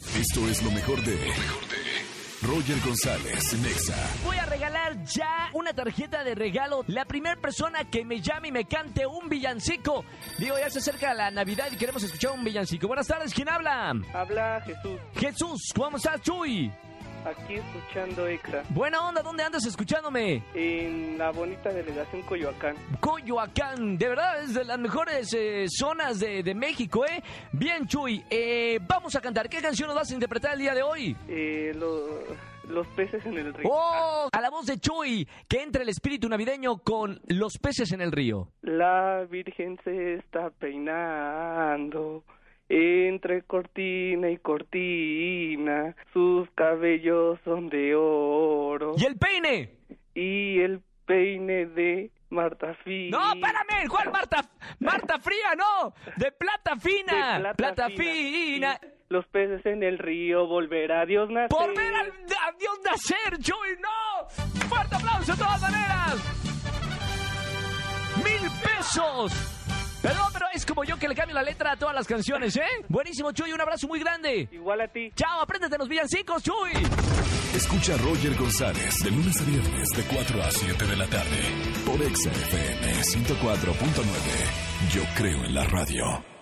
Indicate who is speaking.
Speaker 1: Esto es lo mejor de. Roger González, Nexa.
Speaker 2: Voy a regalar ya una tarjeta de regalo. La primera persona que me llame y me cante un villancico. Digo, ya se acerca la Navidad y queremos escuchar un villancico. Buenas tardes, ¿quién habla?
Speaker 3: Habla Jesús,
Speaker 2: Jesús, ¿cómo estás, Chuy?
Speaker 3: aquí escuchando EXA,
Speaker 2: Buena onda, ¿dónde andas escuchándome?
Speaker 3: en la bonita delegación Coyoacán.
Speaker 2: Coyoacán, de verdad es de las mejores eh, zonas de, de México, ¿eh? Bien, Chuy, eh, vamos a cantar. ¿Qué canción nos vas a interpretar el día de hoy?
Speaker 3: Eh, lo- los peces en el río.
Speaker 2: ¡Oh! A la voz de Chuy, que entre el espíritu navideño con los peces en el río.
Speaker 3: La Virgen se está peinando entre cortina y cortina. Sus cabellos son de oro
Speaker 2: ¿Y el peine?
Speaker 3: y el peine de Marta Fi.
Speaker 2: No, espérame, Juan Marta, Marta Fría, no, de plata fina,
Speaker 3: De
Speaker 2: plata, fina.
Speaker 3: Sí. Los peces en el río volverá Dios nacer.
Speaker 2: Por ver al, a Dios nacer, Chuy, no. Fuerte aplauso de todas maneras. Mil pesos. Perdón, pero es como yo que le cambio la letra a todas las canciones, ¿eh? Buenísimo, Chuy, un abrazo muy grande.
Speaker 3: Igual a ti.
Speaker 2: Chao, apréndete los villancicos, Chuy.
Speaker 1: Escucha a Roger González de lunes a viernes de 4 a 7 de la tarde por Exa FM 104.9. Yo creo en la radio.